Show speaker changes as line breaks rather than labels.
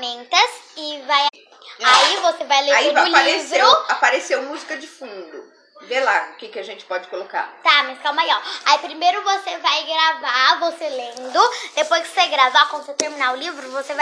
ferramentas e vai. Aí você vai ler
Aí
todo o
apareceu,
livro.
apareceu música de fundo. Vê lá o que, que a gente pode colocar.
Tá, mas calma aí, ó. Aí primeiro você vai gravar, você lendo. Depois que você gravar, quando você terminar o livro, você vai